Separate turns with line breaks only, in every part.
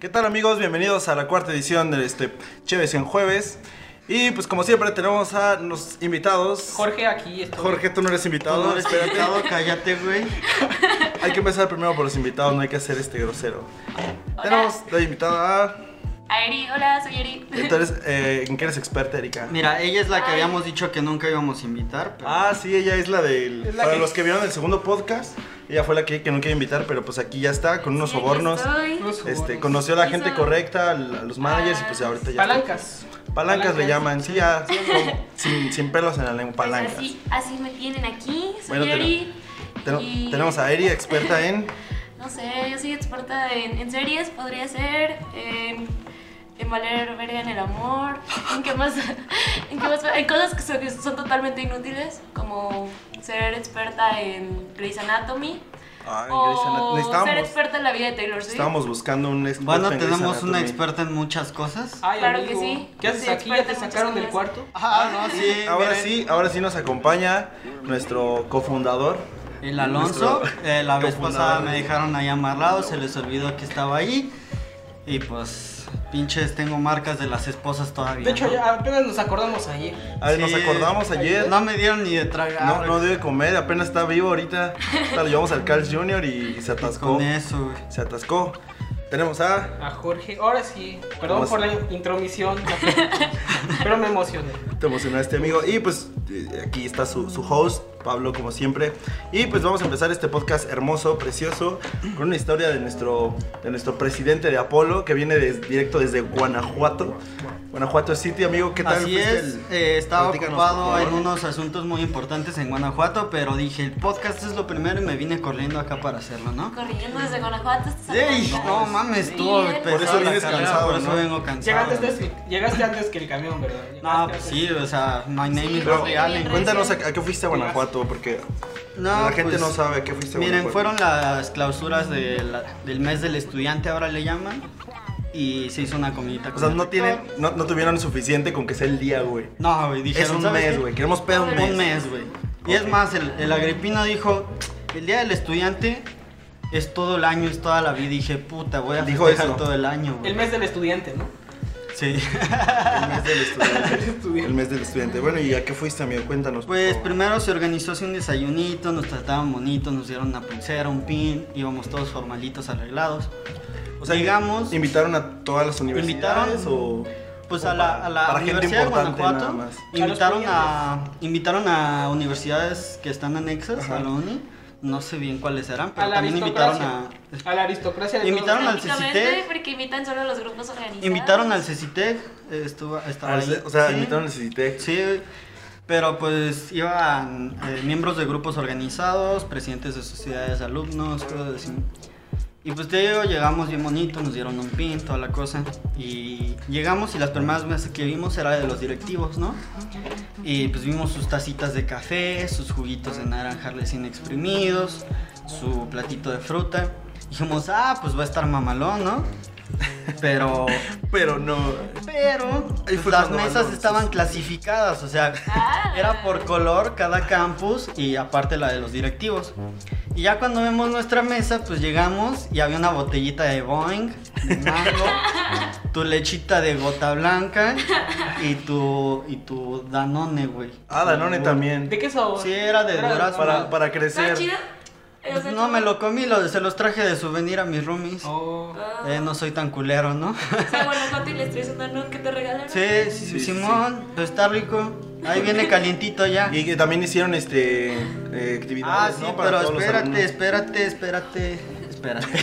¿Qué tal amigos? Bienvenidos a la cuarta edición de este Chéves en Jueves. Y pues como siempre tenemos a los invitados.
Jorge, aquí estoy.
Jorge, tú no eres invitado.
Todo respetado, cállate, güey.
Hay que empezar primero por los invitados, no hay que hacer este grosero.
Hola.
Tenemos de invitada a...
A Eri, hola, soy Eri.
Entonces, eh, ¿en qué eres experta, Erika?
Mira, ella es la que
Ay.
habíamos dicho que nunca íbamos a invitar, pero
Ah, sí, ella es la del...
Es la
para
que-
los que vieron el segundo podcast, ella fue la que, que no quiere invitar, pero pues aquí ya está, con unos
Sí, aquí
sobornos.
estoy. Pues
Unos
Este,
sobornos.
conoció a la
Hizo-
gente correcta, a la- a los managers, y pues ahorita ya... está.
Palancas.
Palancas le
Palancas.
llaman, sí, ya, como sin, sin pelos en la lengua,
Pues
palancas.
así, así me tienen aquí, soy
Bueno, te-
Eri.
Ten-
y-
Tenemos a Eri, experta en...
No sé, yo soy experta en, en series, podría ser, en, en valer verga en el amor, en qué más, en, qué más- en cosas que son, que son totalmente inútiles, como ser experta en Grey's Anatomy.
Ay, Ah, Grey's Anat-
o Oh, ser
Necesitábamos,
experta en la vida de Taylor Swift.
estábamos buscando un experto
bueno,
en Grey's
tenemos una
Anatomy.
experta en muchas cosas.
Ah,
Ay,
Claro
amigo,
que sí.
¿Qué haces
Soy
aquí? ¿Ya
experta
te
en muchas
sacaron del
cosas.
cuarto?
Ah, no, sí.
Ahora
miren,
sí, ahora sí nos acompaña nuestro cofundador.
El Alonso, eh, la vez
cofundador.
pasada me dejaron ahí amarrado, se les olvidó que estaba ahí. Y pues, pinches, tengo marcas de las esposas todavía.
De hecho,
¿no?
ya apenas nos acordamos ayer.
A ver, nos
Sí.
acordamos ayer.
No me dieron ni de tragar.
No, no debe comer, apenas está vivo ahorita. Hasta lo llevamos al Carl Jr. y se atascó.
Con eso, güey.
Se atascó. Tenemos a.
A Jorge, ahora sí. Perdón
Vamos.
por la intromisión, pero me emocioné.
Te emocionaste, amigo. Y pues eh, aquí está su, su host, Pablo, como siempre. Y pues vamos a empezar este podcast hermoso, precioso, con una historia de nuestro, de nuestro presidente de Apolo, que viene des- directo desde Guanajuato. Guanajuato City, amigo, ¿qué tal?
Así
fuiste
es,
el-
eh, estaba
platícanos, por
ocupado en
favor?
unos asuntos muy importantes en Guanajuato, pero dije, el podcast es lo primero y me vine corriendo acá para hacerlo, ¿no?
Corriendo desde Guanajuato hasta San
Ey,
Juan.
no mames, tú
Bien.
pesada
eso
la
vienes
carrera,
cansado,
Por eso
¿no?
vengo cansado.
Llegaste antes, que, llegaste antes que el camión, ¿verdad?
No,
Llegaste
pues
antes.
sí, o sea, my name
Sí,
is
Pero,
Rodri Allen.
cuéntanos a, a qué fuiste a Guanajuato, porque
No,
la gente
pues,
no sabe a qué fuiste a
Miren,
Guanajuato.
fueron las clausuras de la- del mes del estudiante, ahora le llaman, y se hizo una comidita.
O sea,
con-
no, tienen, no, no tuvieron suficiente con que sea el día, güey.
No, güey, dijeron,
Es un
"¿Sabes
mes,
qué?
güey. Queremos pedo un mes.
Un mes, güey. Y es
Ok.
más, el, el Agripino dijo, el día del estudiante es todo el año, es toda la vida. Y dije, puta, voy a
Dijo
festejar
eso.
todo el año, güey.
El mes del estudiante, ¿no?
Sí.
El mes del estudiante.
estudiante.
el mes del estudiante. Bueno, ¿y a qué fuiste, amigo? Cuéntanos. por
Pues
favor.
primero se organizó así un desayunito, nos trataban bonito, nos dieron una pulsera, un pin, íbamos todos formalitos, arreglados.
O sea,
Digamos-
¿Invitaron a todas las universidades
Invitaron-
o...?
Pues
o
a la, a la
para gente
Universidad de
importante
Guanajuato
nada más?
invitaron
A
a, invitaron a universidades que están anexas
Ajá.
a la uni. No sé bien cuáles eran,
A
pero
la
también invitaron
aristocracia.
a
A la aristocracia de
Invitaron
todos.
al
Prácticamente,
CCT.
porque invitan solo a los grupos organizados.
Invitaron al CECITEC, eh, estuvo, estaba
Ah,
ahí.
O sea,
Sí,
invitaron al CITEC.
Sí, pero pues iban eh, miembros de grupos organizados, presidentes de sociedades, alumnos, todo eso. Y pues te digo, llegamos bien bonito, nos dieron un pin, toda la cosa. Y llegamos y las primeras mesas que vimos era de los directivos, ¿no? Y pues vimos sus tacitas de café, sus juguitos de naranja recién exprimidos, su platito de fruta. Dijimos, ah, pues va a estar mamalón, ¿no? Pero
Pero no...
pero
Ahí
pues,
fue
las
cuando
mesas
valores.
estaban clasificadas, o sea,
Ah.
era por color cada campus y aparte la de los directivos. Y ya cuando vemos nuestra mesa, pues llegamos y había una botellita de Boeing, de mango, tu lechita de gota blanca y tu, y tu Danone, güey.
Ah, Danone también.
¿De qué sabor?
Sí, era de durazno.
Para, para
¿Está
crecer.
chido? O sea,
Pues, no me lo comí, lo, se los traje de souvenir a mis roomies.
Oh.
Ah.
Eh, no soy tan culero, ¿no?
O sea, Guanajuato y les traes un anón que te regalaron.
Sí, sí,
Sí,
Simón, pues está rico. Ahí viene calientito ya.
Y que también hicieron este eh, actividades,
Ah, sí,
¿no? Para
pero
todos los
espérate,
alumnos.
espérate, espérate, espérate.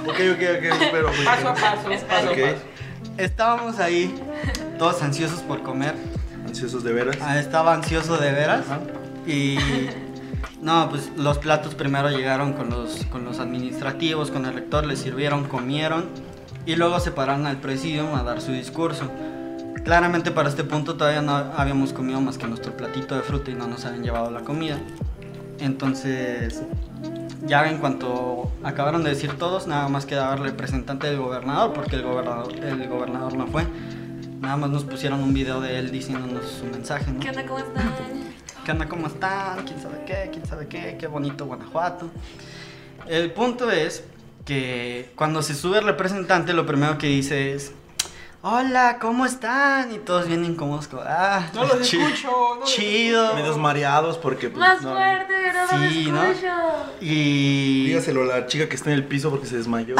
Ok, ok, ok, espero. muy
Paso a
bien.
paso, paso a
Ok.
paso.
Estábamos ahí, todos ansiosos por comer.
Ansiosos de veras.
Ah, estaba ansioso de veras. Y no, pues los platos primero llegaron con los, con los administrativos, con el rector, les sirvieron, comieron y luego se pararon al presidium a dar su discurso. Claramente para este punto todavía no habíamos comido más que nuestro platito de fruta y no nos habían llevado la comida. Entonces, ya en cuanto acabaron de decir todos, nada más quedaba el representante del gobernador, porque el gobernador, el gobernador no fue. Nada más nos pusieron un video de él diciéndonos su mensaje, ¿no?
¿Qué onda? ¿Cómo están?
¿Qué onda? ¿Cómo están? ¿Quién sabe qué? ¿Quién sabe qué? Qué bonito Guanajuato. El punto es que cuando se sube el representante lo primero que dice es, hola, ¿cómo están? Y todos vienen incómodos, como, ah,
No los
chi-
escucho. no los
chido.
Medios mareados porque. pues,
Más
no.
fuerte, no
Sí,
me
¿no?
escucho.
Y
Dígaselo a la chica que está en el piso porque se desmayó.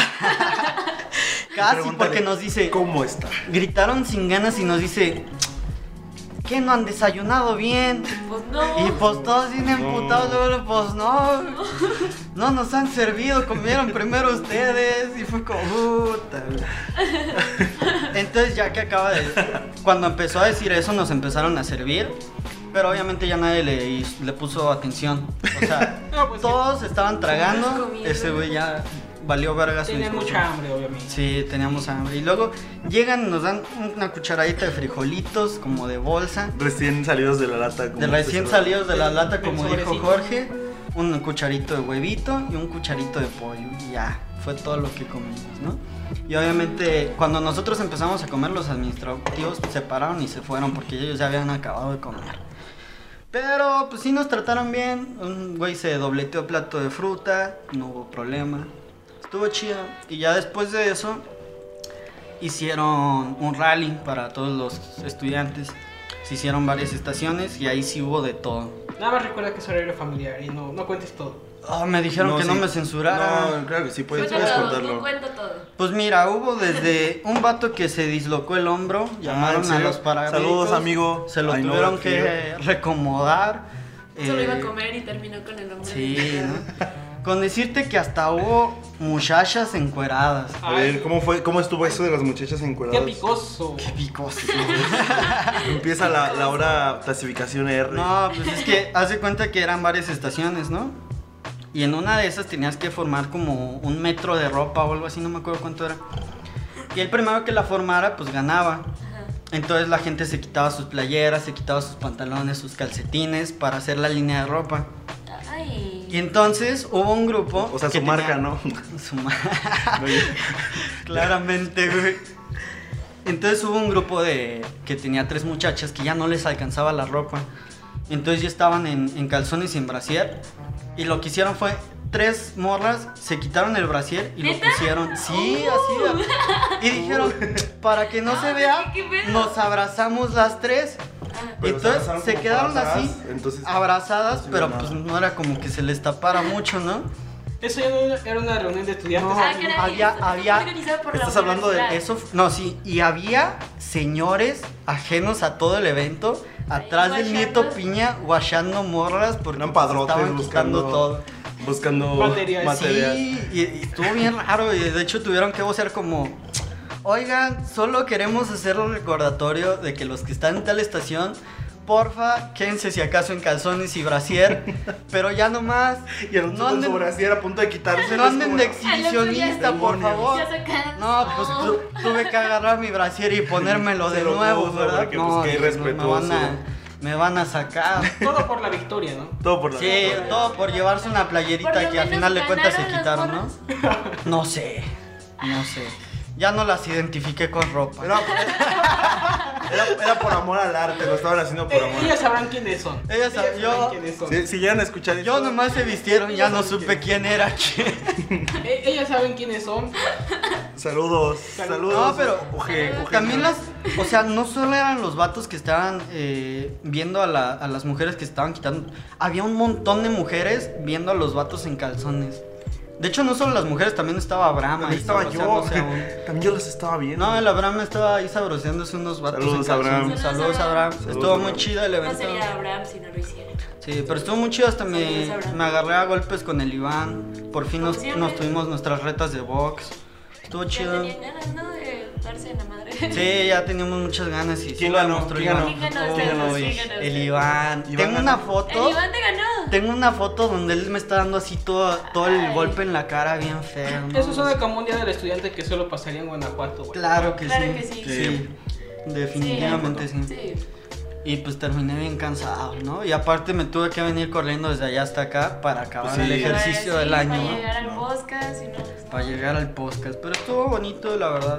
casi
Pregúntale,
porque nos dice,
¿Cómo está?
gritaron sin ganas y nos dice, ¿qué no han desayunado bien?
Pues no.
Y pues todos vienen emputados, luego, luego, pues no, no nos han servido, comieron primero ustedes y fue como puta. Entonces ya que acaba de, cuando empezó a decir eso nos empezaron a servir, pero obviamente ya nadie le, hiz- le puso atención. O sea,
No, pues sí.
todos estaban tragando,
comiendo.
ese güey ya valió verga su
Tiene
discurso.
mucha hambre, obviamente.
Sí, teníamos hambre. Y luego llegan, nos dan una cucharadita de frijolitos como de bolsa.
Recién salidos de la lata. como
De recién
se-
salidos de la lata,
El
como dijo
sobrecito.
Jorge, un cucharito de huevito y un cucharito de pollo. Y ya, fue todo lo que comimos, ¿no? Y obviamente, cuando nosotros empezamos a comer, los administrativos se pararon y se fueron porque ellos ya habían acabado de comer. Pero, pues sí nos trataron bien. Un güey se dobleteó plato de fruta, no hubo problema. Estuvo chido. Y ya después de eso, hicieron un rally para todos los estudiantes. Se hicieron varias estaciones y ahí sí hubo de todo.
Nada más recuerda que es horario familiar y no, no cuentes todo.
Ah, me dijeron que
sí.
no me censuraran.
No, claro que sí, puedes,
Cuenta
puedes
todo,
contarlo.
tú cuenta todo.
Pues mira, hubo desde un vato que se dislocó el hombro, llamaron
Ah, ¿en
a
serio?
los paramédicos.
Saludos, amigo.
Se lo
I know
tuvieron
that you-
que recomodar.
Solo iba a
eh,
comer y terminó con el hombre.
Sí, ¿no? Con decirte que hasta hubo muchachas encueradas.
A ver, ¿cómo, fue, ¿cómo estuvo eso de las muchachas
Qué
encueradas?
picoso.
Qué picos.
Empieza la, la hora clasificación R.
No, pues es que hace cuenta que eran varias estaciones, ¿no? Y en una de esas tenías que formar como un metro de ropa o algo así, no me acuerdo cuánto era. Y el primero que la formara, pues ganaba.
Ajá.
Entonces la gente se quitaba sus playeras, se quitaba sus pantalones, sus calcetines para hacer la línea de ropa.
Ay.
Y entonces hubo un grupo.
O sea,
que
su marca,
tenía-
¿no?
Su marca. Claramente, güey. Entonces hubo un grupo de que tenía tres muchachas que ya no les alcanzaba la ropa. Entonces ya estaban en, en calzones y en brasier. Y lo que hicieron fue, tres morras se quitaron el brasier y lo
¿Neta? Uh.
pusieron. Sí, así. Y dijeron, para que no se
Ay,
vea,
qué pedo.
nos abrazamos las tres.
Ah,
Pero se
entonces
abrazaron
se
como
quedaron
abrazadas,
así,
entonces,
abrazadas,
no sirvió
pero
nada.
pues no era como que se les tapara mucho, ¿no?
Eso ya no era- era una reunión de estudiantes.
No,
ah, que era
había-
esto,
había-
organizado por la
estás hablando de
universidad.
Eso, f- no, sí, y había señores ajenos a todo el evento, atrás del
guachando.
Nieto Piña, guachando morras, porque
Eran
pues,
padrotes
estaban
buscando-
quitando todo.
Buscando
Material.
material.
Sí, y, y estuvo bien raro, y de hecho tuvieron que vocear como, oigan, solo queremos hacer un recordatorio de que los que están en tal estación... Porfa, quédense si acaso en calzones y brasier, pero ya nomás.
Y el
no
otro
anden-
no era a punto de quitarse.
no anden de pues,
Ah,
exhibicionista,
no.
por
Demonios.
favor.
Ya sacaron-
No, pues tu- tuve que agarrar mi brasier y ponérmelo
Se
de
lo
nuevo,
puso,
¿verdad?
porque, pues, qué
dije,
irrespetuoso.
Me van a, me van a sacar.
Todo por la victoria, ¿no?
Todo por la
Sí,
victoria.
todo por llevarse una
Por lo
playerita que al
menos
final de cuentas se
ganaron las
quitaron, ¿no?
morras.
No sé, no sé. Ya no las identifiqué con ropa.
Era, era- era por amor al arte, lo estaban haciendo por
Eh,
amor.
ellas sabrán quiénes son.
Ellas sab-
sabrán
yo-
quiénes son.
Si, si llegan a escuchar eso.
Yo nomás se vistieron, ya no supe quién era quién.
Eh, ellas saben quiénes son.
Saludos, saludos.
No, pero
Oje, oje.
también las, o sea, no solo eran los vatos que estaban eh, viendo a, la- a las mujeres que estaban quitando, había un montón de mujeres viendo a los vatos en calzones. De hecho, no solo las mujeres, también estaba Abraham ahí
También estaba yo.
sabroseándose a
También yo los estaba
un-
viendo.
No, el Abraham estaba ahí sabroseándose unos vatos
Saludos,
en calzones.
Abraham.
Saludos, Abraham.
Saludos,
estuvo muy
Abraham.
chido el
No
evento.
sería Abraham si no lo hiciera.
Sí, pero estuvo muy chido, hasta me,
Saludos, Abraham.
me agarré a golpes con el Iván. Por fin
Como
nos,
siempre.
nos tuvimos nuestras retas de box. Estuvo
Ya
chido.
tenían ganas, ¿no? De darse en la madre.
Sí, ya teníamos muchas ganas y
¿Quién
sí lo
ganó?
demostró
¿Quién ganó?
Iván.
¿Quién ganó?
Oh,
Ustedes dos,
güey.
¿quién ganó?
el Iván.
Iván
Tengo
ganó.
una
El
foto.
Iván te ganó.
Tengo una foto donde él me está dando así todo, todo el
Ay.
golpe en la cara bien feo. ¿no?
Eso suena como un día del estudiante que solo pasaría en Guanajuato, güey.
Claro que
Claro
sí.
que sí.
Definitivamente sí,
Sí.
Y pues terminé bien cansado, ¿no? Y aparte me tuve que venir corriendo desde allá hasta acá para acabar
Pues sí.
el ejercicio
Para-
del
sí,
año.
Para
¿no?
llegar al
No.
podcast y no. pues,
Para llegar al podcast. Pero estuvo bonito, la verdad.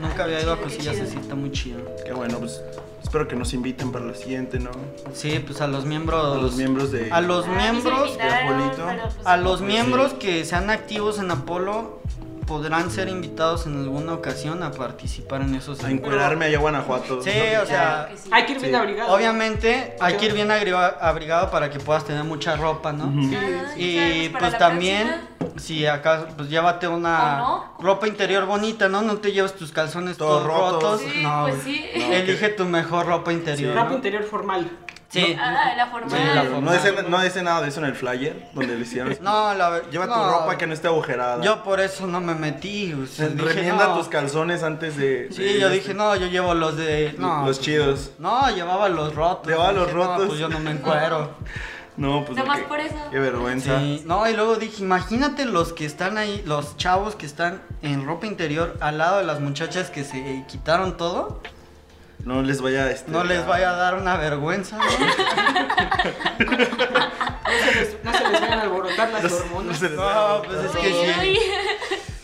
Nunca había ido a
Qué
cosillas
chido.
así, está muy chido.
Qué bueno, pues espero que nos inviten para la siguiente, ¿no?
Sí, pues a los miembros.
A los miembros de.
A los
ah, a mí se me
miembros.
invitaron,
de Apolito,
pero, pues,
A los
Pues,
miembros
sí.
que sean activos en Apolo, podrán ser invitados en alguna ocasión a participar en esos
A
encuentros.
encuerarme allá a Guanajuato.
Sí,
¿no?
o sea,
Claro que sí.
Hay que ir bien
Sí.
abrigado.
obviamente hay que ir bien agri- abrigado para que puedas tener mucha ropa, ¿no?
Ah,
Ujú.
Ajá,
Y
sabes, para
pues
la
también,
próxima.
si acaso, pues llévate una
¿O no?
ropa interior bonita, ¿no? No te lleves tus calzones
Todos
todos
rotos.
rotos.
Sí,
no,
pues
güey.
sí.
No.
Elige tu mejor ropa interior.
Ropa
¿no?
interior formal.
Sí.
Ah, la formal.
Sí, la formal.
No dice, no dice nada de eso en el flyer donde le hicieron.
No, la ver-
Lleva tu
no,
ropa que no esté agujerada.
Yo por eso no me metí. o sea, dije,
Remienda
no.
tus calzones antes de.
Sí,
de-
yo dije, no, yo llevo los de. No, pues,
Los chidos.
No, llevaba los rotos.
Llevaba
Dije,
los rotos.
No, pues yo no me encuero.
No, pues.
Nomás
ok.
por eso.
Qué vergüenza.
Sí, no, y luego dije, imagínate los que están ahí, los chavos que están en ropa interior al lado de las muchachas que se quitaron todo.
No les vaya a este,
No les vaya a dar una vergüenza, ¿no?
No se les, no se les vayan a alborotar las
No se-
hormonas.
se les
No,
vaya a-
pues es
Uy,
que sí.
uy.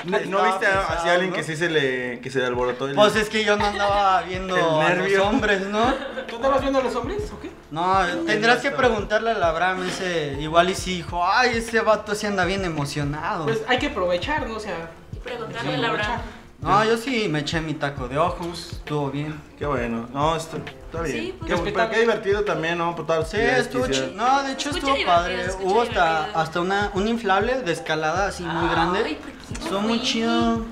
¿No, no
Estaba
viste a, hacia
pesado,
alguien
¿no?
que sí se le, que se le alborotó el.
Pues es que yo no andaba viendo
El
a los
nervio.
hombres, ¿no?
¿Tú estabas viendo a los hombres o qué?
No, tendrás que
no.
preguntarle al Abraham ese, igual y si dijo, ay, ese vato sí anda bien emocionado.
Pues hay que aprovechar, ¿no? O sea,
Y
hay
Preguntarle
que
a Laura.
aprovechar.
No, yo sí me eché mi taco de ojos, estuvo bien.
Qué bueno. No, esto, está bien.
Sí, pues,
qué, bu- pero
respetable.
qué divertido también, ¿no? Pues, todas las
Sí,
actividades que
estuvo
hicieron.
chi- No, de hecho
Escucha
estuvo
divertido,
padre.
escucha
Hubo hasta,
divertido.
hasta una, un inflable de escalada así muy
Ay,
grande.
¿por qué no
Estuvo muy
fui?
chido.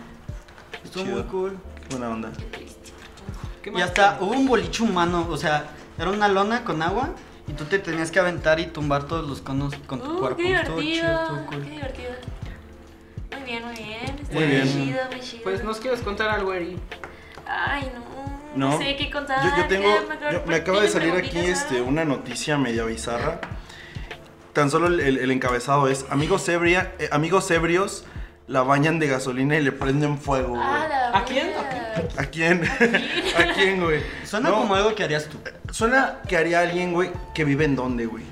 Estuvo
Chido.
muy cool.
Qué Buena onda.
¿Qué
Y
más?
hasta hubo un boliche humano, o sea, era una lona con agua y tú te tenías que aventar y tumbar todos los conos con tu
Uh,
cuerpo.
qué
Estuvo chido,
divertido.
estuvo cool.
Qué divertido. Muy bien, muy bien. Está
Muy bien.
chido, muy chido.
Pues nos quieres contar algo, Eri.
Ay, no.
No.
No sé qué contar.
Yo, yo tengo,
¿qué?
yo- me acaba de
¿Tienes
salir aquí
preguntitas,
este,
Laura?
una noticia media bizarra. Tan solo el, el- el encabezado es amigos, ebria, eh, amigos ebrios la bañan de gasolina y le prenden fuego. güey".
Ah, la
¿A quién? ¿A
verga.
¿A quién? ¿A quién, güey?
Suena
No,
como algo que harías tú.
Suena que haría alguien, güey, que vive en dónde, güey.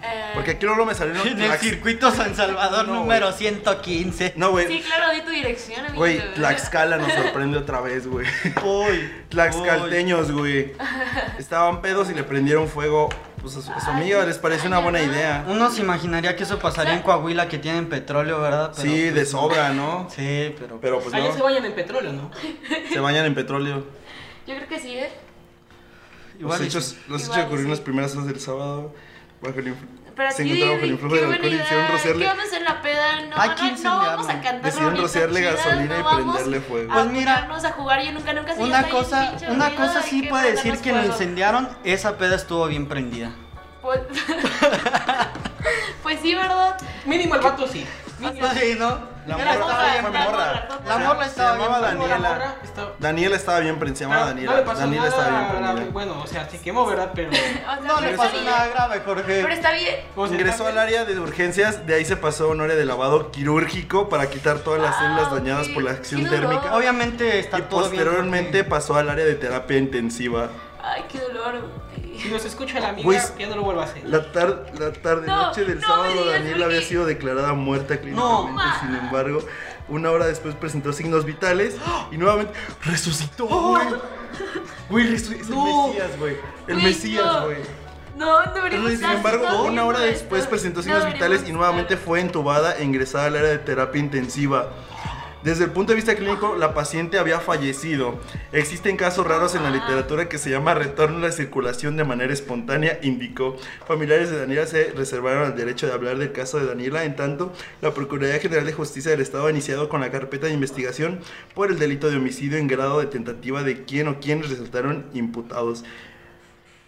Eh,
Porque aquí luego me salieron...
En el
tlax-
circuito San Salvador
No, güey.
número 115.
No, güey.
Sí, claro, di tu dirección, amigo.
Güey, Tlaxcala nos sorprende otra vez, güey.
Uy,
Tlaxcalteños, güey. Estaban pedos y le prendieron fuego pues, a, su, a su amiga. Les parece una buena idea.
Uno se imaginaría que eso pasaría en Coahuila, que tienen petróleo, ¿verdad? Pero,
Sí,
pues,
de sobra, ¿no?
Sí, pero...
Pero pues
Allá se
no,
bañan en petróleo, ¿no?
se bañan en petróleo.
Yo creo que sí, ¿eh?
Los pues,
igual y
hechos,
sí.
los
Igual
hechos ocurrieron
sí.
las primeras horas del sábado. Bajo el inf-
Pero
se
sí,
encontraron bajo el
qué
influjo del
buena
alcohol y decidieron
idea.
rociarle.
¿Qué vamos a hacer en la peda? No,
¿A
no,
quién se
no
le
vamos
arma?
a cantar
Decidieron
rolitas
rociarle
chidas,
gasolina y
no vamos
prenderle fuego.
a
Pues mira,
ponernos a jugar yo nunca, nunca se
Una
llama ahí
cosa,
pinche
una
ruido
cosa
de
sí
que
puede decir
prendernos
que la
fuego.
incendiaron, esa peda estuvo bien prendida.
Pues, pues sí, ¿verdad?
Mínimo el vato sí.
Sí, ¿no?
La
Era-
morra,
estaba
fue
bien
mi
perra,
morra.
la
Se-
morra estaba
se llamaba
bien
Mínimo la
Daniela.
morra está- Ah,
Daniela estaba bien prendida, se llamaba
no, no le
Daniela.
pasó
Daniela estaba bien
nada.
prendida.
Bueno, o sea, se quemó, ¿verdad? Pero.
O sea,
No le
pero
pasó
está
nada
bien.
grave, Jorge.
Pero está bien.
o sea,
Ingresó al
también-
área de urgencias, de ahí se pasó a un área de lavado quirúrgico para quitar todas las
Ah,
células
ok.
dañadas por la
Sí
acción
duró.
térmica.
Obviamente está
Y
todo bien.
posteriormente pasó al área de terapia intensiva.
Ay, qué dolor. güey.
Si nos escucha la amiga,
Güey,
ya no lo vuelva a hacer.
La, tar- la tarde
No,
noche del
no me
sábado,
digas,
Daniela
¿por
había
qué?
sido declarada muerta clínicamente.
ma.
Sin embargo, una hora después presentó signos vitales y nuevamente resucitó, güey. Güey, resu- es el
No.
Mesías, güey. El
Güey,
Mesías,
no.
güey.
No, no deberíamos
Sin
estar
embargo,
haciendo
una hora
esto.
después presentó
No
signos
deberíamos
vitales y nuevamente
estar.
fue entubada e ingresada al área de terapia intensiva. Desde el punto de vista clínico, la paciente había fallecido. Existen casos raros en la literatura que se llama retorno a la circulación de manera espontánea, indicó. Familiares de Daniela se reservaron el derecho de hablar del caso de Daniela. En tanto, la Procuraduría General de Justicia del Estado ha iniciado con la carpeta de investigación por el delito de homicidio en grado de tentativa de quien o quienes resultaron imputados.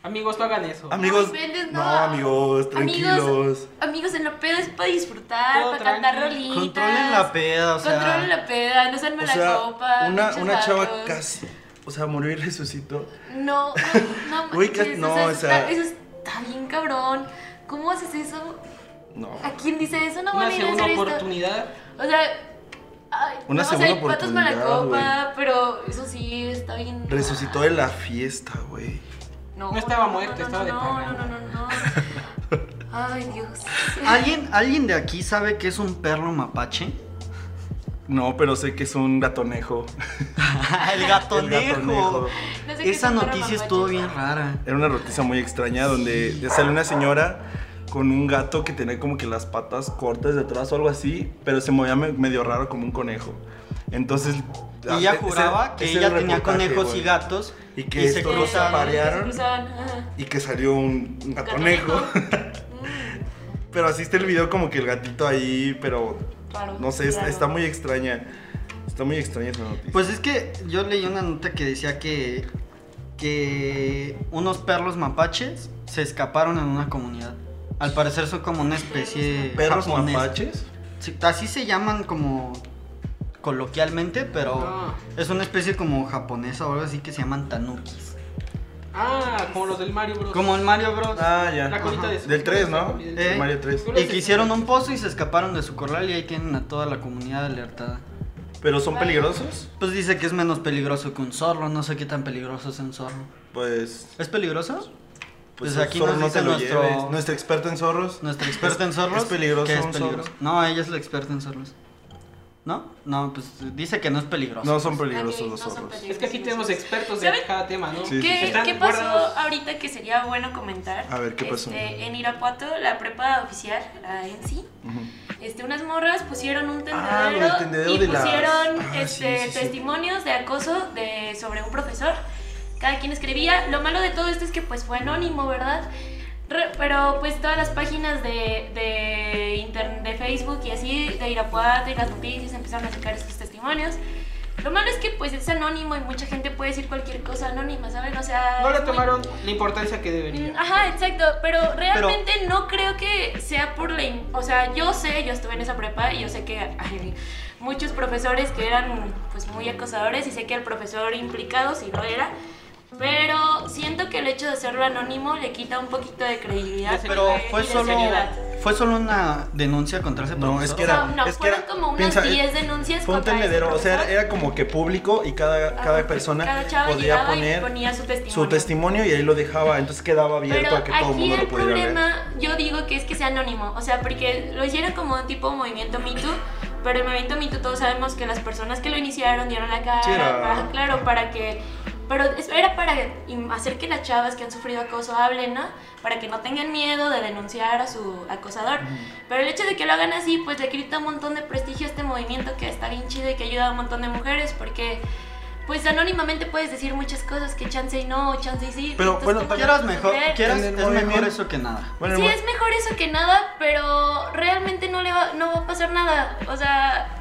Amigos, no hagan eso.
Amigos,
No inventes,
no,
no.
amigos, tranquilos.
Amigos, amigos, en la peda es para disfrutar,
Todo
para cantar
tranqui.
rolitas.
Controlen la peda, o sea.
Controlen la peda, no sean
O
mala
sea,
copa.
una,
pinches
una chava
vatos.
casi, o sea, murió y resucitó.
No, no, no.
Güey,
manches,
casi- no,
eso,
o sea-
está, eso está bien cabrón. ¿Cómo haces eso?
No.
¿A quién dice eso? No
Una
van a ir a
segunda
hacer esto.
oportunidad.
O sea, ay,
Una
no,
segunda
o sea, patos mala
oportunidad,
copa, pero eso sí está bien.
Resucitó de la fiesta, güey.
No,
No estaba
no,
muerto,
no,
estaba de
no,
parranda.
no, no, no, no. Ay, Dios.
Ah,
¿Alguien, ¿Alguien de aquí sabe que es un perro mapache?
No, pero sé que es un gatonejo.
El
El gatonejo.
gatonejo.
No sé qué
Esa
son para
noticia estuvo
mapaches.
bien rara.
Era una noticia muy extraña donde sale una señora con un gato que tenía como que las patas cortas de atrás o algo así, pero se movía me- medio raro como un conejo. Entonces.
ella
es- es el-
juraba que
Ah, es el
ella tenía
reportaje,
conejos
güey.
y gatos
Y que
se
estos dos se
cruzaban.
Se
aparearon
cruzaban, ajá.
y que salió un un gatonejo.
Mm,
Pero así está el video como que el gatito ahí, pero
raro,
no sé, está,
raro.
está muy extraña. Está muy extraña esa noticia.
Pues es que yo leí una nota que decía que, que unos perros mapaches se escaparon en una comunidad. Al parecer son como una especie
perros
japonesa.
mapaches.
Sí, Así se llaman como coloquialmente, pero
Oh.
Ah.
es una especie como japonesa o algo así que se llaman tanukis.
Ah, como los del Mario Bros.
Como en Mario Bros.
Ah, ya.
La colita
Ajá.
de su-
Del 3, ¿no?
Del
Eh.
Mario 3.
Yo lo
y
sé.
que hicieron un pozo y se escaparon de su corral y ahí tienen a toda la comunidad alertada.
Pero son peligrosos.
Pues dice que es menos peligroso que un zorro, no sé qué tan peligroso es un zorro.
pues,
¿Es peligroso? Pues
el
aquí
zorro
nos
no
dice
te lo
nuestro-
lleves. Nuestra experta en zorros.
Nuestra experta en zorros.
¿Es peligroso
que es
un
peligro-
zorro?
No, ella es la experta en zorros. ¿No? No, pues dice que no es peligroso.
No son
Ok,
peligrosos
no
los
son
zorros.
peligrosos.
Es que aquí tenemos expertos de
¿Saben?
cada tema, ¿no?
Sí, sí, sí.
¿Qué,
Están
qué pasó
guardados.
ahorita que sería bueno comentar?
A ver, ¿qué pasó?
Este, en Irapuato, la prepa oficial, la ENSI,
Ujú.
este, unas morras pusieron un
Ah,
tendedero,
el tendedero
y
de las-
pusieron
Ah,
este,
sí, sí, sí.
testimonios de acoso de, sobre un profesor. Cada quien escribía. Lo malo de todo esto es que pues fue anónimo, ¿verdad? Re- pero pues todas las páginas de, de, inter- de Facebook y así, de Irapuato y las noticias empezaron a sacar estos testimonios. Lo malo es que pues es anónimo y mucha gente puede decir cualquier cosa anónima, ¿saben? O sea...
No le
es muy-
tomaron la importancia que
Mm,
debería.
Ajá, exacto, pero realmente no creo que sea por la... in- O sea, yo sé, yo estuve en esa prepa y yo sé que hay muchos profesores que eran pues muy acosadores y sé que el profesor implicado sí lo era, pero siento que el hecho de hacerlo anónimo le quita un poquito de credibilidad.
Pero
y
fue
de
solo,
seriedad.
fue solo una denuncia contra ese
No,
profesor.
es que
No,
era.
no,
es que
fueron
era-
como unas
piensa,
10 denuncias
Fue un
contra ese
tendedero, o sea, era,
profesor.
era como que público y cada, cada
Ajá,
persona
cada chava
podía
llegaba y
poner
ponía su testimonio.
su testimonio y ahí lo dejaba, entonces quedaba abierto
Pero
a que todo el
aquí
mundo
el
lo pudiera leer.
problema, yo digo que es que sea anónimo, o sea, porque lo hicieron como un tipo movimiento Me Too, pero el movimiento Me Too todos sabemos que las personas que lo iniciaron dieron la cara,
Sí, era-
para- claro, para que... Pero es- era para im- hacer que las chavas que han sufrido acoso hablen, ¿no? Para que no tengan miedo de denunciar a su acosador. Pero el hecho de que lo hagan así, pues le quita un montón de prestigio a este movimiento que está bien chido y que ayuda a un montón de mujeres, porque pues anónimamente puedes decir muchas cosas que chance y no, chance y sí.
Pero,
entonces,
bueno,
¿cómo
Quieras
lo vas a
mejor,
creer?
quieras,
En el
es mejor
movimiento.
eso que nada.
Bueno,
sí,
el-
es mejor eso que nada, pero realmente no le va, no va a pasar nada. O sea,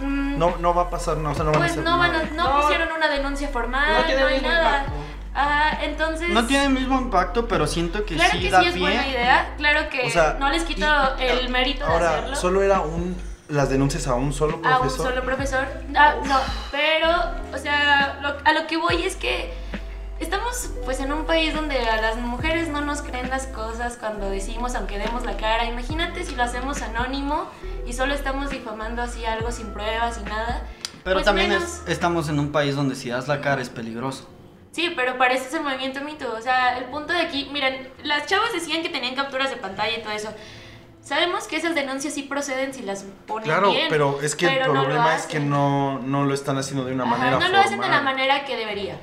mm,
no, no va a pasar, no, o sea, no van a
pues
hacer
no van a-
nada.
no
No.
pusieron una denuncia formal,
No
Ah, no,
tiene
hay
ningún
nada.
impacto.
Ah, entonces
No tiene el mismo impacto, pero siento que
claro
sí
que
da
sí es
pie.
buena idea, claro que
O sea,
no les quito
y- ah,
el mérito de
Ahora,
hacerlo.
solo era un las denuncias a un solo
a un
profesor.
solo profesor. Ah, no, pero, o sea, lo- a lo que voy es que estamos pues en un país donde a las mujeres no nos creen las cosas cuando decimos, aunque demos la cara. Imagínate si lo hacemos anónimo y solo estamos difamando así algo sin pruebas y nada.
Pero
Pues
también
menos.
es- estamos en un país donde si das la cara es peligroso.
Sí, pero para eso es el movimiento mito. O sea, el punto de aquí, miren, las chavas decían que tenían capturas de pantalla y todo eso. Sabemos que esas denuncias sí proceden si las ponen
Claro,
bien.
pero es que
pero
el
no lo
problema es que
hacen.
no, no lo están haciendo de una
Ajá,
manera
no lo hacen de la
formal.
manera que debería.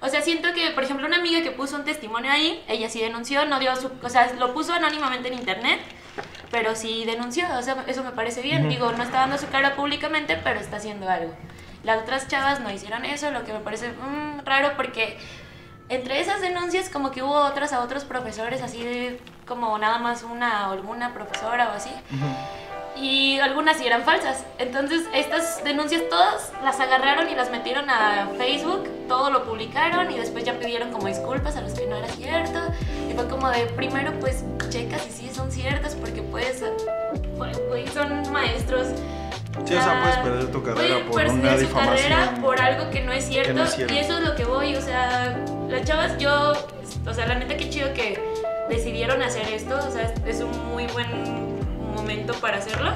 O sea, siento que, por ejemplo, una amiga que puso un testimonio ahí, ella sí denunció, no dio su, o sea, lo puso anónimamente en internet, pero sí denunció, o sea, eso me parece bien. Digo, no está dando su cara públicamente, pero está haciendo algo. Las otras chavas no hicieron eso, lo que me parece mm, raro porque entre esas denuncias como que hubo otras a otros profesores, así de- como nada más una o alguna profesora o así
Ujú.
y algunas sí eran falsas. Entonces, estas denuncias todas las agarraron y las metieron a Facebook, todo lo publicaron y después ya pidieron como disculpas a los que no era cierto. Y fue como de, primero pues checa si sí son ciertas porque puedes, pues, güey, son maestros.
Sí, o sea,
Ah,
puedes perder tu carrera
pueden
por
perder
una
su
difamación.
carrera por algo que no es cierto.
no es cierto.
Y eso es lo que voy, o sea, las chavas yo, o sea, la neta qué chido que decidieron hacer esto, o sea, es- es un muy buen momento para hacerlo.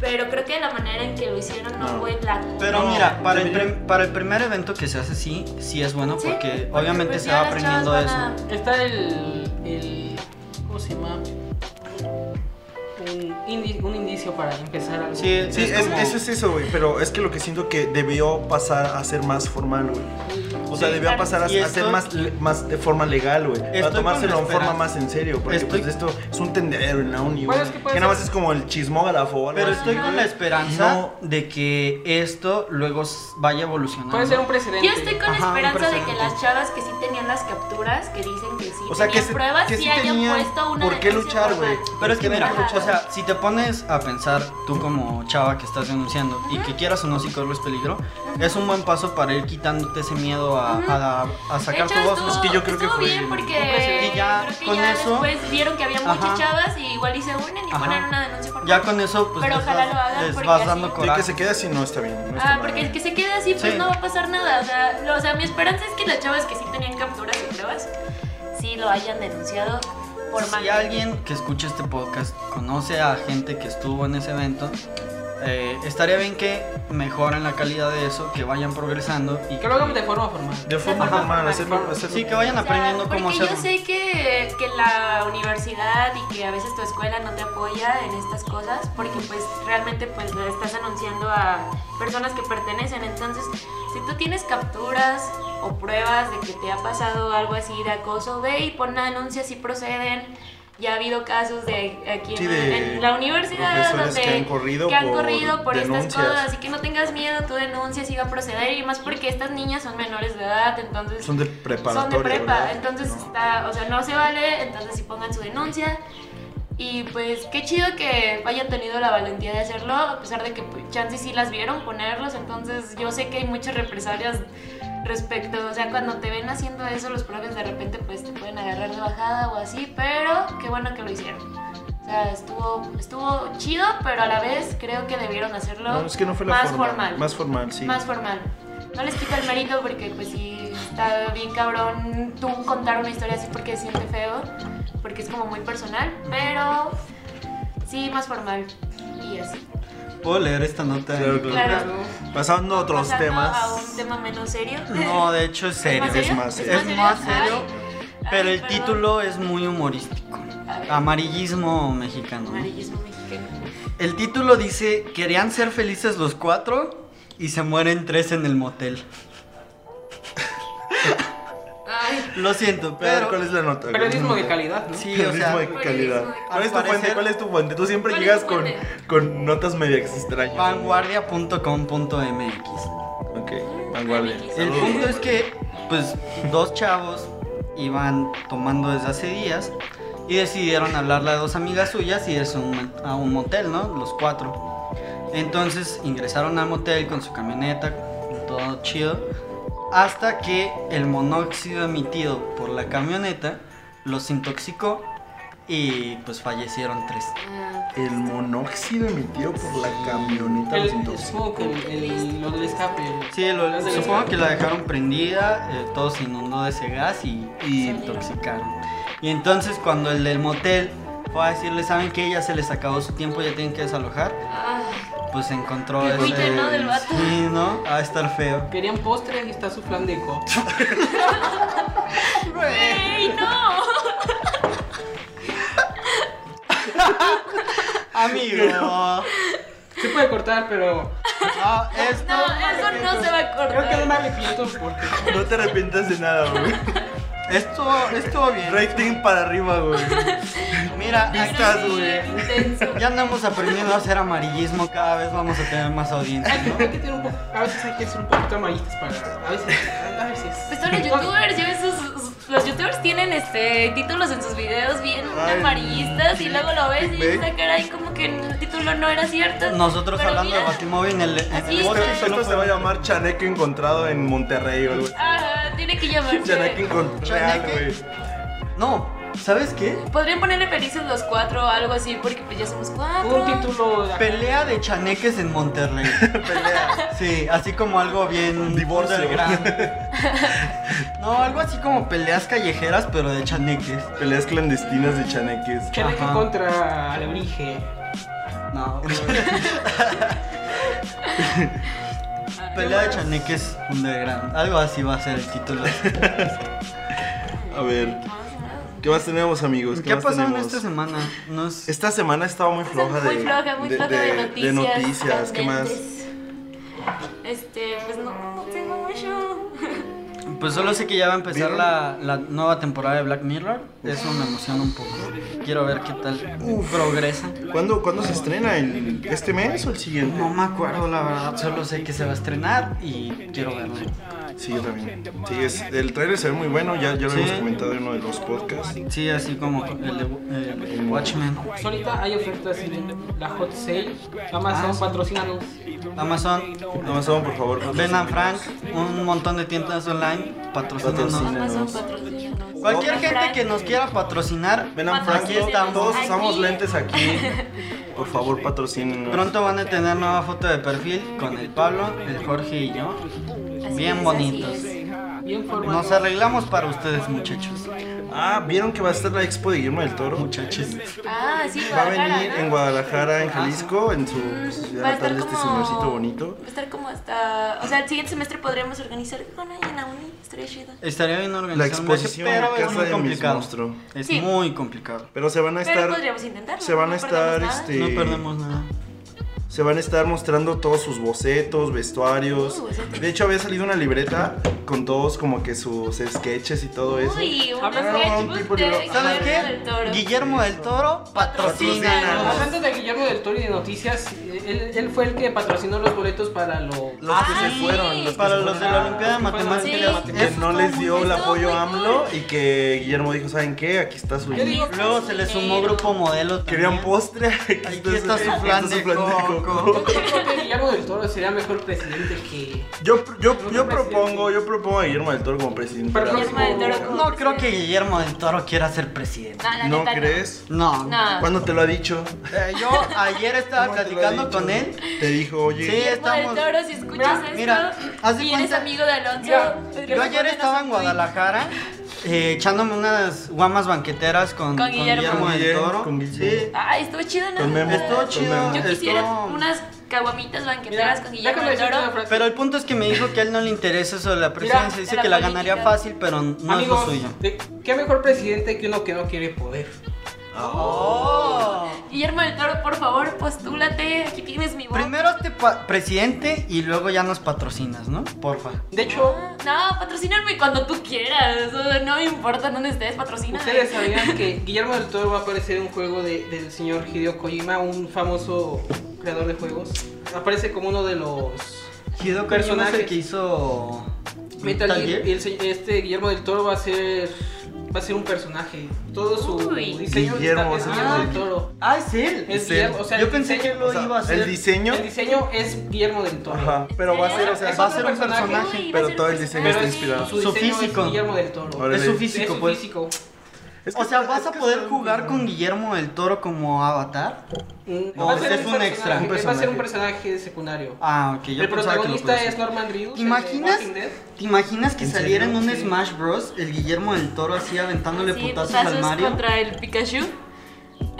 Pero creo que la manera en que lo hicieron no,
No.
fue la...
Pero
No,
mira, para el,
debería-
prim- para el primer evento que se hace sí, sí es bueno
Sí,
porque
porque
obviamente
pues
se
ya
va
las
aprendiendo
chavas
eso.
van a-
Está el, el. ¿Cómo se llama? un, indi- un indicio para empezar algo.
Sí,
Sí,
es
es-
como-
eso es eso, güey. Pero es que lo que siento que debió pasar a ser más formal, güey. O sea,
Sí,
debió
claro.
pasar a,
Y
a
esto-
ser más, le- más de forma legal, güey. Para
Estoy
tomárselo
con
en
la
forma
esperanza.
más en serio. Porque
Estoy-
pues esto es un tendedero en la uni, güey,
Bueno, es que
que,
puede
nada más
ser-
es como el chismógrafo. o algo
Pero
Pues
así,
estoy con
güey.
la esperanza
No.
de que esto luego s- vaya evolucionando.
Puede ser un precedente.
Yo estoy con
Ajá, un
esperanza de que
precedente.
las chavas que sí tenían las capturas, que dicen que sí
O sea, que,
tenían
se-
pruebas,
que
sí
sí
hayan
tenía
puesto una
por qué
denuncia
luchar, güey.
formal.
Pero es que mira,
Ajá.
o sea, si te pones a pensar tú como chava que estás denunciando y que quieras o no si corres peligro, es un buen paso para ir quitándote ese miedo a, a- a
De
sacar
hecho,
tu voz. pues,
estuvo,
Es pues, que yo creo que
estuvo
fue-
bien porque
Pues,
y ya
creo que
con
ya
eso-
después vieron que había
Ajá.
muchas chavas y igual y se unen y
Ajá.
ponen una denuncia formal.
Ya con eso, pues
Pero
les
ojalá
das-
lo hagan,
les
porque
vas
así-
dando
Sí,
Sí, que
coraje.
se quede así no está bien. no está
Ah,
mal,
porque el
güey.
que se quede así, pues
Sí.
no va a pasar nada. O sea, lo- o sea, mi esperanza es que las chavas que sí tenían capturas y pruebas, sí lo hayan denunciado por mal.
Pues, Si alguien que escuche este podcast conoce a gente que estuvo en ese evento, eh, estaría bien que mejoren la calidad de eso, que vayan progresando y
Que lo hagan de forma formal.
De forma
Ajá.
normal, hacerlo. hacerlo-
sí que vayan
O sea,
aprendiendo cómo
porque
hacerlo.
yo sé que, que la universidad y que a veces tu escuela no te apoya en estas cosas porque pues realmente pues le estás anunciando a personas que pertenecen entonces si tú tienes capturas o pruebas de que te ha pasado algo así de acoso ve y pon una denuncia si proceden ya ha habido casos de aquí en,
Sí, de
en la universidad
profesores
donde
que han corrido
que han
por
corrido por
denuncias.
estas cosas así que no tengas miedo tu denuncia sí va a proceder y más porque estas niñas son menores de edad entonces
Son de
pues son
preparatoria.
de prepa,
¿verdad?
entonces
No.
está, o sea, no se vale, entonces sí pongan su denuncia. Y pues qué chido que hayan tenido la valentía de hacerlo, a pesar de que pues, chance sí las vieron ponerlos, entonces yo sé que hay muchas represalias respecto, o sea, cuando te ven haciendo eso los profes de repente pues te pueden agarrar de bajada o así, pero qué bueno que lo hicieron. O sea, estuvo, estuvo chido, pero a la vez creo que debieron hacerlo
No, es que no fue la
más
forma,
formal
Más formal, sí.
más formal. No les quito el mérito porque pues sí está bien cabrón tú contar una historia así porque se siente feo, porque es como muy personal, pero sí más formal y así.
¿Puedo leer esta nota?
Claro, claro.
Claro.
Pasando a otros
Pasando
temas.
a un tema menos serio.
No, de hecho es serio.
más serio? Es más serio.
Es más serio,
Ay,
pero
ay,
el
perdón.
título es muy humorístico.
A ver.
Amarillismo mexicano. ¿no?
Amarillismo mexicano.
El título dice, querían ser felices los cuatro y se mueren tres en el motel.
Ay,
Lo siento,
Pero,
pero...
¿cuál es la nota?
Periodismo de
calidad.
calidad, ¿no?
Sí, o sea,
de calidad.
Periodismo de
¿Cuál es tu
Al
fuente?
parecer-
¿Cuál es tu fuente? Tú siempre
¿Cuál es
llegas
tu
con,
fuente? Ah.
con notas media extrañas.
vanguardia.com.mx.
Ok,
Ah,
vanguardia.
El
Saludos.
punto es que, pues, dos chavos iban tomando desde hace días y decidieron hablarle a dos amigas suyas y es un, a un motel, ¿no? Los cuatro. Entonces ingresaron al motel con su camioneta, todo chido, hasta que el monóxido emitido por la camioneta los intoxicó y pues fallecieron tres.
ah,
El monóxido emitido por la camioneta los
El,
intoxicó.
supongo que el, el- lo del escape.
Sí, lo-
Las del
supongo
escape.
que la dejaron prendida, eh, todo se inundó de ese gas y, y se intoxicaron. Y entonces cuando el del motel fue a decirle, ¿saben qué? Ya se les acabó su tiempo, ya tienen que desalojar,
ay,
pues encontró
Qué agüite, ¿no? Del vato.
Sí, ¿no? A estar feo.
Querían postres y está su flan de coco.
güey, no.
Amigo. No,
Se puede cortar, pero
Ah, esto...
No, eso no se va
creo
a
que no me
cortar.
arrepiento porque.
No te arrepientas de nada, güey.
Esto, esto bien.
Rating para arriba, güey.
Mira,
Vistas,
aquí-
güey.
Intenso.
Ya andamos aprendiendo a hacer amarillismo, cada vez vamos a tener más audiencia.
Hay que, hay que tener un poco. A veces hay que ser un poquito amarillistas para. A veces. A veces.
Pues son los youtubers, ya ves sus- los youtubers tienen este títulos en sus videos bien
Ay,
amarillistas y luego lo ves
ve.
y dices, "Ah, caray, como que el título no era cierto.
Nosotros
Pero
hablando de
mira,
Batimóvil en el, en el
Así es,
podcast
güey.
solo
Esto se
fue-
va a llamar Chaneque encontrado en Monterrey, o algo.
Ah, tiene que
Chaneque
llamarse.
encontrado,
Chaneque.
güey.
No, ¿sabes qué?
Podrían ponerle felices los cuatro o algo así, porque pues ya somos cuatro.
Un título. de acá.
Pelea de chaneques en Monterrey.
Pelea.
Sí, así como algo bien.
Divorcio.
underground. No, algo así como peleas callejeras, pero de chaneques.
Peleas clandestinas de chaneques.
Chaleque
Ajá.
contra Alebrije.
No.
Ah,
Pelea de chaneques underground. Algo así va a ser el título.
A ver.
Más, más,
Pues, ¿Qué más tenemos, amigos?
¿Qué ha
más
pasado en
tenemos?
esta semana? Nos-
Esta semana estaba muy floja de
muy floja, muy
de-
floja de, noticias.
de noticias. ¿Qué más?
candentes. Este, pues no, no tengo mucho.
Pues solo sé que ya va a empezar
¿Vieron?
la, la nueva temporada de Black Mirror. Eso me emociona un poco. Quiero ver qué tal progresa.
¿Cuándo, cuándo se estrena? ¿El, ¿Este mes o el siguiente?
No me acuerdo, la verdad. Solo sé que se va a estrenar y quiero verlo.
Sí, yo también. Sí, es, el trailer se ve muy bueno, ya, ya lo
Sí.
hemos comentado en uno de los podcasts.
Sí, así como el de eh, Watchmen.
Pues ahorita hay ofertas en la hot sale.
Ah,
Amazon patrocínanos.
Amazon,
Amazon, por favor.
Ben and Frank, un montón de tientas online. Patrocínanos.
Patrocina.
Amazon
Tenemos-
patrocínanos.
Cualquier gente que nos quiera patrocinar,
Ben and Frank,
Aquí
to-
estamos.
todos usamos
Aquí.
lentes aquí. Por favor, patrocinen.
pronto van a tener nueva foto de perfil con el Pablo, el Jorge y yo.
Así
Bien
es,
bonitos.
así es.
Bien formal.
Nos arreglamos para ustedes, muchachos.
Ah, ¿vieron que va a estar la expo de Guillermo del Toro? Muchachos.
Ah, sí,
Va a
Guadalajara,
venir
¿no?
en Guadalajara, en Jalisco, en su
Mm,
su
va a
ciudad
estar
natal de este
como-
señorcito bonito.
Va a estar como hasta. O sea, el siguiente semestre podríamos organizar con ella en la uni. Estaría chido.
Estaría bien
La
organizado.
exposición en
pero es
casa
muy
de mis
complicado.
monstruos.
Es
Sí.
muy complicado.
Pero se van a
Pero
estar.
podríamos intentarlo.
Se van a
no
estar,
perdemos nada.
este.
No perdemos nada.
se van a estar mostrando todos sus bocetos, vestuarios.
Uh, bocetos.
De hecho, había salido una libreta con todos como que sus sketches y todo eso.
Uy, un
de
Hablando
un tipo
sketchbook de
libro-
¿Sabes
Guillermo del Toro.
qué? Guillermo del Toro patrocina.
Patrocina.
Hablando de Guillermo del Toro y de noticias, él, él fue el que patrocinó los boletos para lo.
Los que
sí.
se fueron, los que
Para
se
los de
fueron.
la Olimpiada de
Sí.
Matemáticas.
Sí.
que
es-
no les dio el
Estuvo muy
apoyo
cool.
a AMLO y que Guillermo dijo, ¿saben qué? Aquí está su...
Yo digo-
Luego se le sumó Grupo Modelo.
Querían
también.
postre. Aquí,
Aquí está su
aquí
flan
está
de
su flan
coco.
Yo creo que Guillermo del Toro sería mejor presidente que.
Yo, yo,
Como
yo
presidente.
propongo, yo propongo a Guillermo del Toro como presidente. de la
Guillermo del
República.
Toro como-
No creo que Guillermo del Toro quiera ser presidente.
No, la
¿No
neta,
crees?
No.
No.
¿Cuándo te lo ha dicho?
Eh, yo ayer estaba
¿Cómo te lo ha
platicando
dicho?
con él.
Te dijo, oye...
Sí,
Guillermo
estamos-
del Toro, si escuchas esto
mira, haz de
y eres
cuenta-
amigo de Alonso,
Mira,
Yo ayer
respóndenos
estaba
un
en
Pues tuit.
Guadalajara eh, echándome unas guamas banqueteras con,
Con
con
Guillermo.
Guillermo,
Con
del
Guille,
Toro.
con Guille.
Sí.
Ay, estuvo chido,
Con
¿no?
Memo.
Estuvo chido.
Yo
Memo.
quisiera
estuvo-
unas caguamitas banqueteras
Mira,
con Guillermo
déjame
del
decirte una
Toro.
frase.
Pero el punto es que me dijo que a él no le interesa eso de la presidencia. Dice
de la
que la
política.
ganaría fácil, pero no
Amigos,
es lo suyo.
de- ¿qué mejor presidente que uno que no quiere poder?
Oh. Guillermo del Toro, por favor, postúlate. Aquí tienes mi voz.
Primero te pa- presidente y luego ya nos patrocinas, ¿no? Porfa.
De hecho,
Ah, No, patrocíname cuando tú quieras. o sea, No me importa dónde estés, patrocina.
ustedes
eh.
sabían que Guillermo del Toro va a aparecer en un juego de- del señor Hideo Kojima, un famoso creador de juegos. Aparece como uno de los
Hideo Kojima es
Personajes.
el que hizo
Metal
Metal
Gear,
Gear.
y el se- este Guillermo del Toro va a ser va a ser un personaje. Todo su
Uy.
diseño
Guillermo, sí,
está- es Guillermo
sí.
del Toro.
Ah, es él.
Es
Sí.
Guillermo, o sea,
Yo
el
pensé que
diseño-
lo
O sea,
iba a hacer.
el diseño...
el diseño es Guillermo del Toro.
Ajá, pero va a ser, o sea,
Es
va a ser
otro
un
personaje.
personaje.
Uy, va a
Pero
ser
todo
un
el diseño está
personaje.
es-
inspirado.
Su,
Su
diseño
físico.
Es Guillermo del Toro.
Ahora-
Es su
Es
físico,
es su
pues.
físico.
Es que
O sea,
está-
¿vas
es
a
que
poder
está-
jugar con Guillermo del Toro como avatar?
Mm,
No,
va a
ese
ser
es un
personaje,
extra, un
Va a ser un
personaje.
personaje secundario.
Ah, ok, yo
el
pensaba que lo
protagonista
podía
es
hacer.
Norman Reedus.
¿Te
el de
imaginas?
Walking Dead.
¿Te imaginas que
¿En
saliera en
serio?
un
Sí.
Smash Bros. el Guillermo del Toro así aventándole
Sí,
putazos al
putazos
Mario?
contra el Pikachu.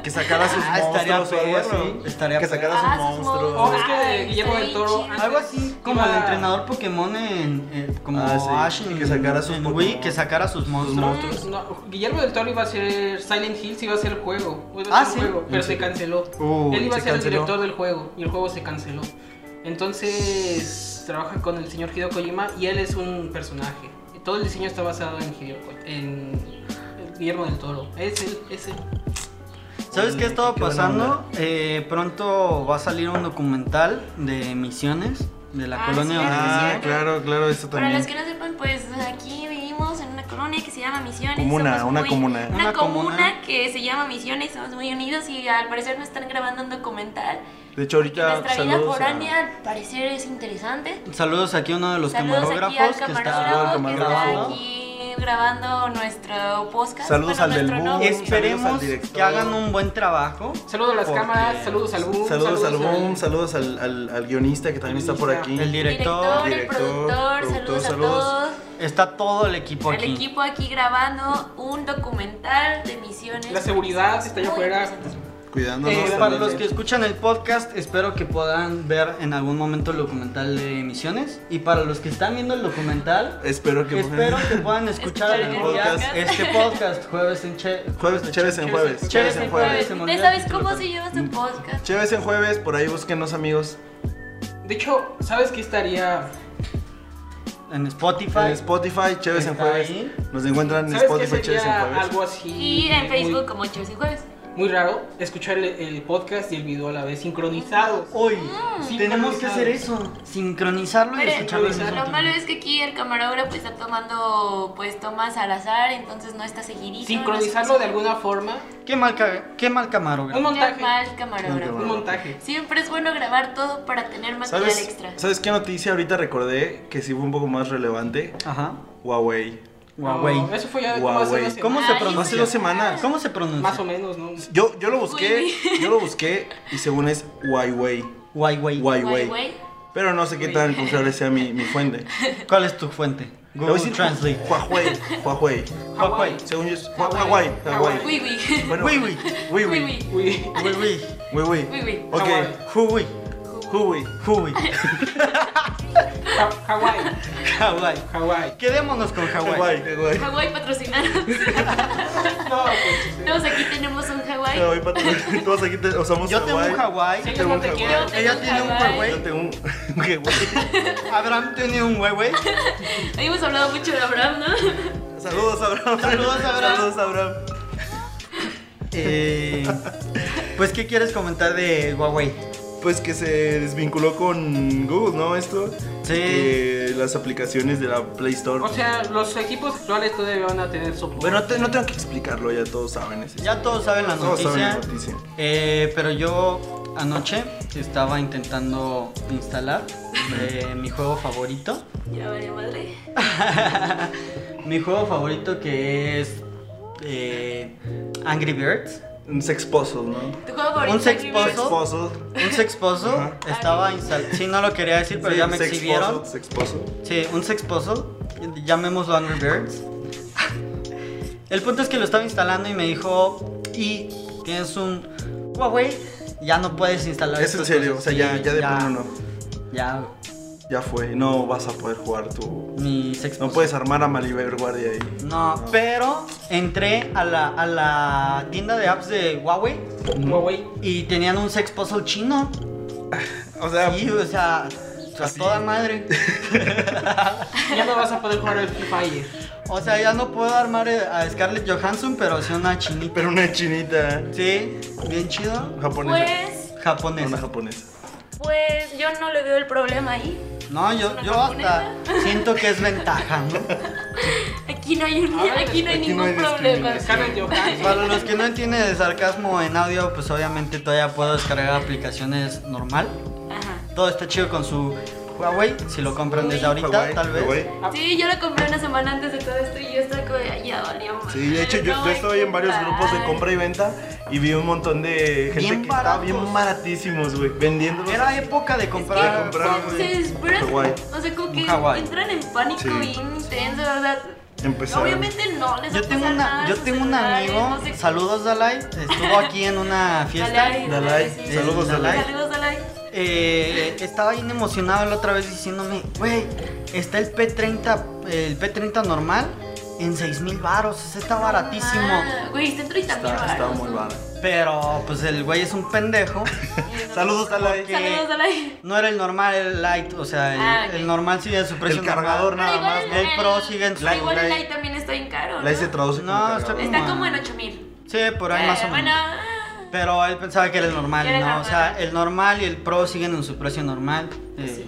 Que sacara sus
Ah, estaría
monstruos o algo
perro,
así.
estaría
que sacara
perro.
sus
Ah, sus
monstruos.
O
monstruos.
Oh, es que
Ay,
Guillermo
está
del
bien
Toro.
chido.
antes
Algo así como
iba-
el entrenador Pokémon en, en- como
Ah, sí,
Ash
que
en-
sacara sus
en
Pokémon.
Wii, que sacara sus monstruos.
monstruos.
No, Guillermo del Toro iba a ser Silent Hills, iba a ser el juego. iba a
Ah,
ser
sí.
un juego, pero
Sí.
se canceló.
Uy,
Él iba a
se
ser el
canceló.
director del juego y el juego se canceló. Entonces trabaja con el señor Hideo Kojima y él es un personaje. Todo el diseño está basado en, Hideo Ko- en Guillermo del Toro. Es él, es él.
¿Sabes qué ha estado
Qué buena
pasando? Eh, pronto va a salir un documental de misiones de la
Ah,
colonia.
sí,
donde
Ah,
Misiones.
claro, claro, eso
Para
también.
los que no sepan, pues aquí vivimos en una colonia que se llama Misiones.
Comuna,
Somos
una
muy-
comuna.
Una,
Una
comuna,
comuna.
que se llama Misiones, somos muy unidos y al parecer nos están grabando un documental.
De hecho, ahorita
Nuestra vida
saludos a...
foránea al parecer es interesante.
Saludos aquí a uno de los
Saludos aquí al
camarógrafos que está
camarógrafo
al
que está
camarógrafo.
aquí grabando nuestro podcast.
Saludos
bueno,
al del
nuestro
Búho.
novio.
Es- Saludos al
Esperemos
director.
que hagan un buen trabajo.
Saludos a las
Porque-
cámaras, saludos al boom.
Saludos al boom,
al-
saludos al, al, al guionista que también está por aquí.
El director,
director, el
director,
productor,
productor,
saludos,
saludos.
a todos.
está todo el equipo
El
aquí.
equipo aquí grabando un documental de misiones.
La seguridad está allá
Muy
afuera.
interesantes.
Cuidándonos.
Eh,
también.
para los que escuchan el podcast, espero que puedan ver en algún momento el documental de emisiones. Y para los que están viendo el documental,
Espero que
espero que puedan escuchar
Escuchar
el
el
podcast,
podcast.
este podcast jueves en Che.
Jueves, chéves en jueves.
Chéves
Chéves
en
en
jueves.
jueves.
se me
¿Ustedes
olvidó el
sabes
título
cómo se
también.
lleva su
Mm.
podcast?
Chéves en jueves, por ahí búsquenos, amigos.
De hecho, ¿sabes qué estaría?
En Spotify.
En Spotify, Chéves en
Está
jueves.
ahí.
Nos encuentran en
¿Sabes qué
Spotify, Chéves en
sería
jueves.
algo así?
Y en
muy-
Facebook como Chelsea Jueves.
Muy raro escuchar el, el podcast y el video a la vez sincronizados.
Hoy
Mm.
tenemos que hacer eso, sincronizarlo y
Pero
escucharlo.
Escucharlos
lo
nosotros.
malo es que aquí el camarógrafo está tomando pues tomas al azar, entonces no está seguidito.
Sincronizarlo de alguna forma.
Qué mal, ca- qué mal
Un
camarógrafo.
montaje.
forma. mal
Un
camarógrafo.
montaje.
Siempre es bueno grabar todo para tener material
¿Sabes,
extra.
¿Sabes qué noticia ahorita recordé que sí fue un poco más relevante?
Ajá.
Huawei.
Huawei.
No, eso fue ya como hace
Huawei.
una semana.
¿Cómo se
Ay,
pronuncia?
Hace dos semanas.
¿Cómo se pronuncia?
Más o menos, ¿no?
Yo, yo lo busqué, yo lo busqué y según es Huawei.
Huawei.
Huawei.
Huawei.
Pero no sé qué tan confiable sea mi, mi fuente.
¿Cuál es tu fuente?
Le voy a
Google
decir
Translate.
Huawei. Huawei.
Huawei.
Según yo es Hua- Hawaii. Hawaii.
Wiwi.
Bueno,
Huawei.
Huawei.
Uy,
Huawei.
Huawei.
Huawei.
Ok.
Hawaii.
Huawei.
Huawei.
Huawei.
Ha- Hawái.
Hawaii.
Hawái.
Quedémonos con Hawaii.
Hawaii.
Hawái patrocinaron.
No, pues, sí.
Todos aquí tenemos un Hawái.
Hawaii. para todos aquí te- usamos
Yo tengo un Hawaii.
Ellos no te quieren.
Yo
Ella tiene un Huawei.
Yo tengo un un Huawei.
Abraham tiene un Huawei.
Ahí hemos hablado mucho de Abraham, ¿no?
Saludos, Abraham.
Saludos, Abraham.
Saludos, Abraham.
Eh, pues, ¿qué quieres comentar de Huawei?
Pues que se desvinculó con Google, ¿no? Esto.
Sí.
Que las aplicaciones de la Play Store.
O sea, los equipos actuales todavía van a tener soporte.
bueno, no te- no tengo que explicarlo, ya todos saben ese.
Ya todos saben la
Todos saben
noticia.
la noticia.
Eh, pero yo anoche estaba intentando instalar eh, mi juego favorito.
Ya vale, madre.
mi juego favorito que es eh, Angry Birds.
Un sex puzzle, ¿no?
¿Tu juego favorito?
Un sex
Angry Birds?
Sex puzzle.
Un sexposo
Ajá.
estaba instalado. Sí, no lo quería decir, pero
Sí,
ya me
sex
exhibieron.
puzzle, Sex puzzle.
Sí, un sexposo. Llamémoslo Angry Birds. El punto es que lo estaba instalando y me dijo: Y tienes un Huawei, ya no puedes instalar
Es en
estas
serio, o sea,
cosas".
ya,
Sí,
ya de plano no.
Ya,
Ya fue, no vas a poder jugar tu.
mi sexposo.
No puedes armar a Maliber Guardia ahí.
No, pero entré a la, a la tienda de apps de Huawei
Huawei.
y tenían un sex puzzle chino.
O sea,
Sí, o sea, a
Así.
toda madre.
Ya no vas a poder jugar al Free Fire.
O sea, ya no puedo armar eh, a Scarlett Johansson, pero sí una chinita.
pero una chinita
Sí, bien chido.
japonesa.
Pues,
Una
Japonesa.
japonesa.
pues yo no le veo el problema ahí.
No, yo,
¿Una
yo hasta
japonesa?
siento que es ventaja, ¿no?
Aquí no hay, un-
A ver,
aquí no hay
Ah, aquí no
ningún
hay
problema.
discriminación.
Scarlett Johansson.
Para los que no entienden de sarcasmo en audio, pues obviamente todavía puedo descargar aplicaciones normal.
Ajá.
Todo está chido con su Huawei, si lo compran desde ahorita,
Hawaii,
tal vez.
Hawaii.
Sí, yo la compré una semana antes de todo esto y yo estaba como, de, ya valió madre,
Sí, de hecho yo,
no
yo
hay
estoy en varios
comprar".
grupos de compra y venta y vi un montón de gente
Bien
que estaba bien
baratos.
baratísimos, güey, vendiéndolos.
Era época de comprar.
de comprar, güey.
Entonces, pero,
Hawái.
o sea, como que
Un Hawái.
entran en pánico
Sí.
bien intenso, o sea,
Empezaron.
obviamente no les va
Yo
a
tengo,
pasar
una,
nada,
yo
sus
tengo un
celulares,
amigo,
no sé-
saludos Dalai, estuvo aquí en una fiesta.
Dalai,
Dalai,
sí.
saludos,
Dalai.
Saludos, Dalai.
Eh, estaba bien emocionado la otra vez diciéndome, güey, está el P30, el P30 normal en 6 mil baros, ese está baratísimo.
Ah, güey, está en 30 mil
Está, estaba
baros,
muy
¿no?
barato.
Pero pues el güey es un pendejo.
Saludos a la
Porque-
Saludos, Dalai.
No era el normal, el light, o sea, el,
Ah, ok.
el normal sigue a su precio
El cargador nada
normal.
Pero
más,
igual
¿no?
El Pro sigue en su-
Pero igual
Lai-
el
Lai-
Lai también está bien caro,
La
¿no?
se traduce como
No,
cargador.
está como-
Está como en 8 mil. Eh,
Sí, por ahí Ah. más o
Bueno,
menos.
ah,
Pero él pensaba que era el normal,
Era el
¿no? O
normal.
sea, el normal y el Pro siguen en su precio normal. Eh,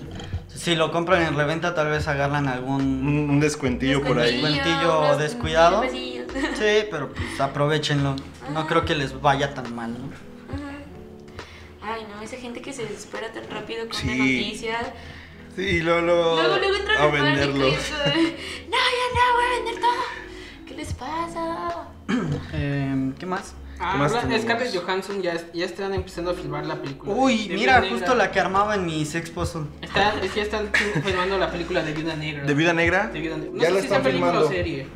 Si lo compran en reventa, tal vez agarran algún
un, un descuentillo por ahí.
Descuentillo.
unos
descuidado.
pesillos.
Sí, pero pues aprovechenlo. No creo que les vaya tan mal, ¿no?
Ay, no, esa gente que se desespera tan rápido con
Sí.
una noticia.
Sí, y luego, luego,
Luego, luego entran
a
en pánico y
venderlo.
eso de, No, ya no, voy a vender todo. ¿Qué les pasa?
Eh, ¿Qué más?
Ah,
¿Qué más
habla-
tenemos?
Scarlett Johansson ya, es- ya están empezando a filmar la película.
Uy,
de
mira,
Viuda
justo
Negra.
la que armaba en mis esposos.
Están, es- ya están filmando la película de Viuda Negra.
¿De Vida Negra?
De Viuda Negra. No
ya
sé
la
si
están
sea película
filmando.
o serie.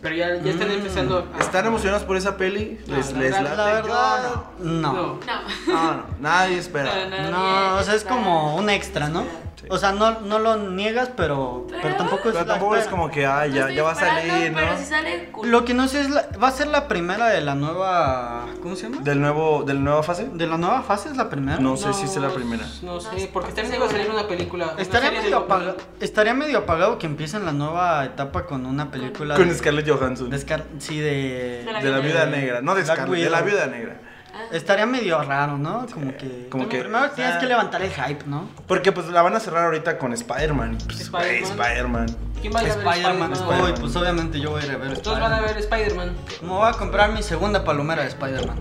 Pero ya, ya están
Mm,
empezando. a-
¿Están emocionados por esa peli?
No,
les,
la
les
verdad-
La
late?
verdad,
Yo
No.
no.
No.
no. Ah, No, no, nadie espera.
No, no.
No, o sea, es
Está-
como un extra, ¿no?
Sí.
O sea, no, no lo niegas, pero, pero
Pero-
tampoco es
Pero
la
tampoco es
espera.
como que, ay,
No
Ah, ya,
estoy
ya va a
esperando,
salir, ¿no?
Pero si sale, cool.
Lo que no sé es, la- va a ser la primera de la nueva... ¿Cómo se llama?
¿Del nuevo, ¿Del nueva fase?
¿De la nueva fase es la primera?
No sé si es la primera.
No sé,
No,
porque
no
también
sé.
iba a salir una película. una
Estaría
serie
medio,
de-
apaga- estaría medio apagado que empiecen la nueva etapa con una película
Con
de-
Scarlett Johansson.
de Scar- sí, de...
De la
De la
vida
viuda negra. No de
Black
Scarlett, de
Widow.
la viuda negra.
Ah.
Estaría medio raro, ¿no? Como que...
como que-
Primero tienes
Ah.
que levantar el hype, ¿no?
Porque pues la van a cerrar ahorita con Spider-Man. y, Pues, güey,
Spider-Man.
Spider-man.
¿Quién va a ir a ver
Spider-Man.
Spider-Man.
Uy, pues obviamente yo voy a ir a ver
Todos van a ver Spider-Man.
Me voy a comprar mi segunda palomera de Spider-Man.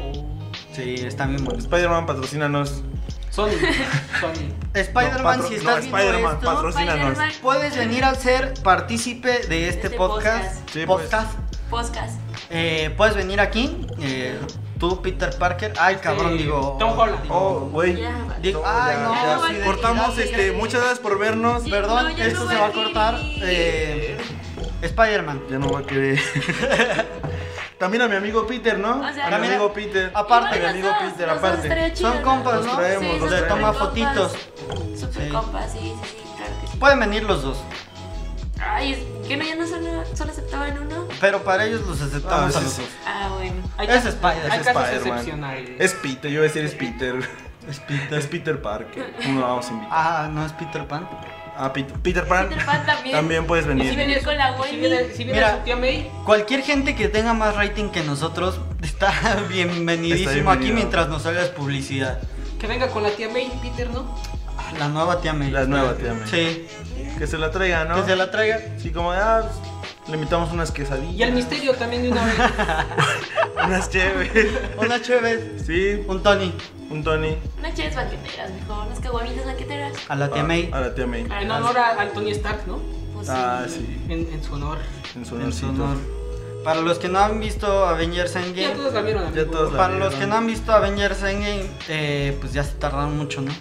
Oh.
Sí, está bien bueno.
Spider-Man, patrocínanos.
Sony. Sony.
No,
Spider-Man,
patro-
si
no,
estás viendo
Spider-Man,
esto,
patrocínanos.
Spider-Man.
puedes venir a ser partícipe de este,
Este
podcast.
podcast.
Sí, pues.
podcast.
Podcast.
Eh, puedes venir aquí. eh, tú, Peter Parker. Ay, cabrón,
Este,
digo.
Tom Holland.
Oh, güey.
Ya.
Digo,
No,
ay,
ya,
no.
ya.
no, vale.
Cortamos, este, muchas gracias por vernos.
Sí,
Perdón,
No, ya
esto
no
se
va
va a
a
cortar.
ir.
eh, Spider-Man.
Ya no va a querer. También a mi amigo Peter, ¿no?
O sea,
a mi
también-
amigo Peter.
aparte,
a mi amigo Peter, aparte.
Son compas, ¿no?
traemos,
nos
le
toma fotitos.
Super
Sí.
compas, sí, sí, sí, claro que sí.
Pueden venir los dos.
Ay, es que no, ya no solo, solo aceptaban uno.
Pero para ellos los
Ah,
aceptamos
sí,
a los
sí.
dos.
Ah, bueno.
Hay
Es
casos-
Spider-
Hay
es
casos
Spider-Man.
excepcionales.
Es Peter, yo iba a decir es Peter.
Es
Es
Peter.
Peter Parker. No lo vamos a invitar.
Ah, no es Peter Pan.
Ah, Peter, Peter Pan.
Peter Pan también.
También puedes
Y si
venir.
venir con la
Si
Wendy.
viene, si viene
Mira.
su tía May,
Cualquier gente que tenga más rating que nosotros está bienvenidísimo
Está bienvenido.
aquí mientras nos hagas publicidad.
que venga con la tía May, Peter, ¿no?
Ah, La nueva tía May.
La nueva tía May.
Sí,
Que se la traiga, ¿no?
que se la traiga.
Sí, como de, ah, pues, le invitamos unas
Y el
quesadillas.
misterio también de una vez.
Unas chéveres.
Una chévere.
Sí,
Un Tony.
un Tony.
Unas chiles banqueteras, mejor. Unas caguamitas banqueteras.
A la tía
Ah,
May.
A la tía May.
En honor a, al Tony Stark, ¿no?
Pues
Ah,
sí.
sí.
En, en su honor.
En su
En su
honorcito.
honor. Para los que no han visto Avengers
Ya
Endgame.
todos la vieron, amigo.
Ya todos la-
Para
vieron.
los que no han visto Avengers Endgame, eh, pues ya se tardaron mucho, ¿no?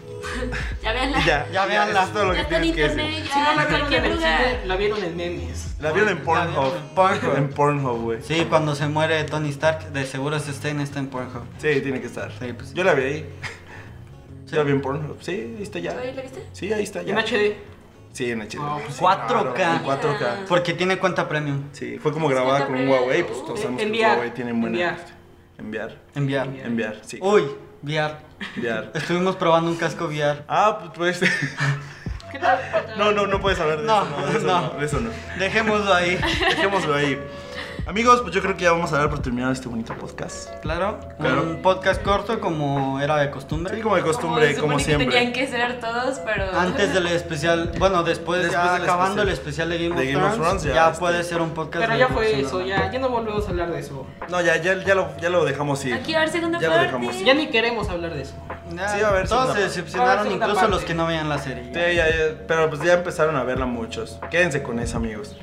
Ya véanla.
Ya,
Ya véanla.
eso Es todo lo
Ya
que
está en
tienes que decir.
internet,
Si no
ya
la
en
vieron en
cualquier
el
lugar.
cine, la vieron en memes.
La vieron en
La vieron en
Pornhub.
Pornhub.
En Pornhub, güey.
Sí, cuando se muere Tony Stark, de seguro ese Stein está en Pornhub.
Sí, tiene que estar.
Sí, pues.
Yo la vi ahí.
Sí.
Yo la vi en Pornhub. Sí, ahí está ya.
Oye, ¿La viste?
Sí, ahí está
En
ya.
HD.
Sí, en HD.
Wow.
Sí,
4K.
claro, en 4K.
Porque tiene cuenta premium.
Sí, fue como grabada con un Huawei, pues todos sabemos que los
Enviar.
Huawei tienen buena.
Enviar.
Enviar.
Enviar.
Enviar, sí.
Uy, VR.
Enviar.
Estuvimos probando un casco VR.
Ah, pues. pues,
¿Qué tal?
No, no, no puedes hablar de
No,
eso. No, de eso no.
no.
de eso no.
Dejémoslo ahí.
Dejémoslo ahí. Amigos, pues yo creo que ya vamos a dar por terminado este bonito podcast.
Claro,
Claro.
un podcast corto como era de costumbre.
Sí, como de costumbre, como,
se supone que
siempre.
Tenían que ser todos, pero.
Antes del especial, bueno, después,
Después
ya
del
acabando el especial de Game,
de Game
of
of
Thrones,
Thrones,
ya,
ya, este-
puede ser un podcast.
Pero
de
ya fue
reflexión,
eso,
¿no?
ya, ya no volvemos a hablar de eso.
No, ya, ya, ya, lo, ya lo dejamos ir.
Aquí va a haber segunda
Ya lo
parte.
dejamos.
Ya ni queremos hablar de eso.
Ya,
Sí, va a haber segunda
todos
parte.
se
Va a haber
decepcionaron,
Ah, segunda
incluso
parte.
los que no veían la serie.
Sí, ya, ya, pero pues ya empezaron a verla muchos. Quédense con eso, amigos.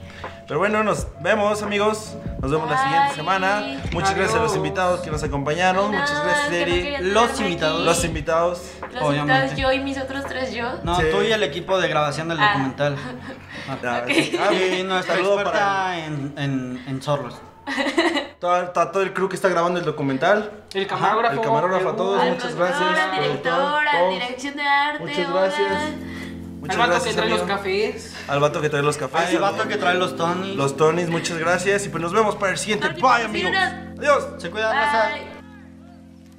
Pero bueno, nos vemos, amigos. Nos vemos la siguiente
Bye.
semana. Muchas gracias a los
Adiós.
invitados que nos acompañaron.
No,
Muchas gracias,
que no
Eri.
quería
Los
tenerme
invitados.
aquí.
Los invitados.
Los
Obviamente.
invitados, yo y mis otros tres yo.
No,
Sí.
tú y el equipo de grabación del
Ah.
documental. Ah.
Ah,
Ok.
sí. Ah,
Y nuestra
saludo
experta
para
en, en, en zorros.
todo, está todo el crew que está grabando el documental.
El camarógrafo.
el camarógrafo a
el-
todos.
Al
muchas
doctor,
gracias,
al director,
productor,
al
todos.
dirección de arte.
Muchas
hola.
gracias. Muchas
Al vato que
gracias,
trae los
amigo.
cafés.
Al vato que trae los cafés.
Ah, el vato que trae los Tony.
Los Tonys, muchas gracias. Y pues nos vemos para el siguiente.
Tony,
Bye, amigos.
patrocínanos.
Adiós.
Se cuidan, raza.
Bye.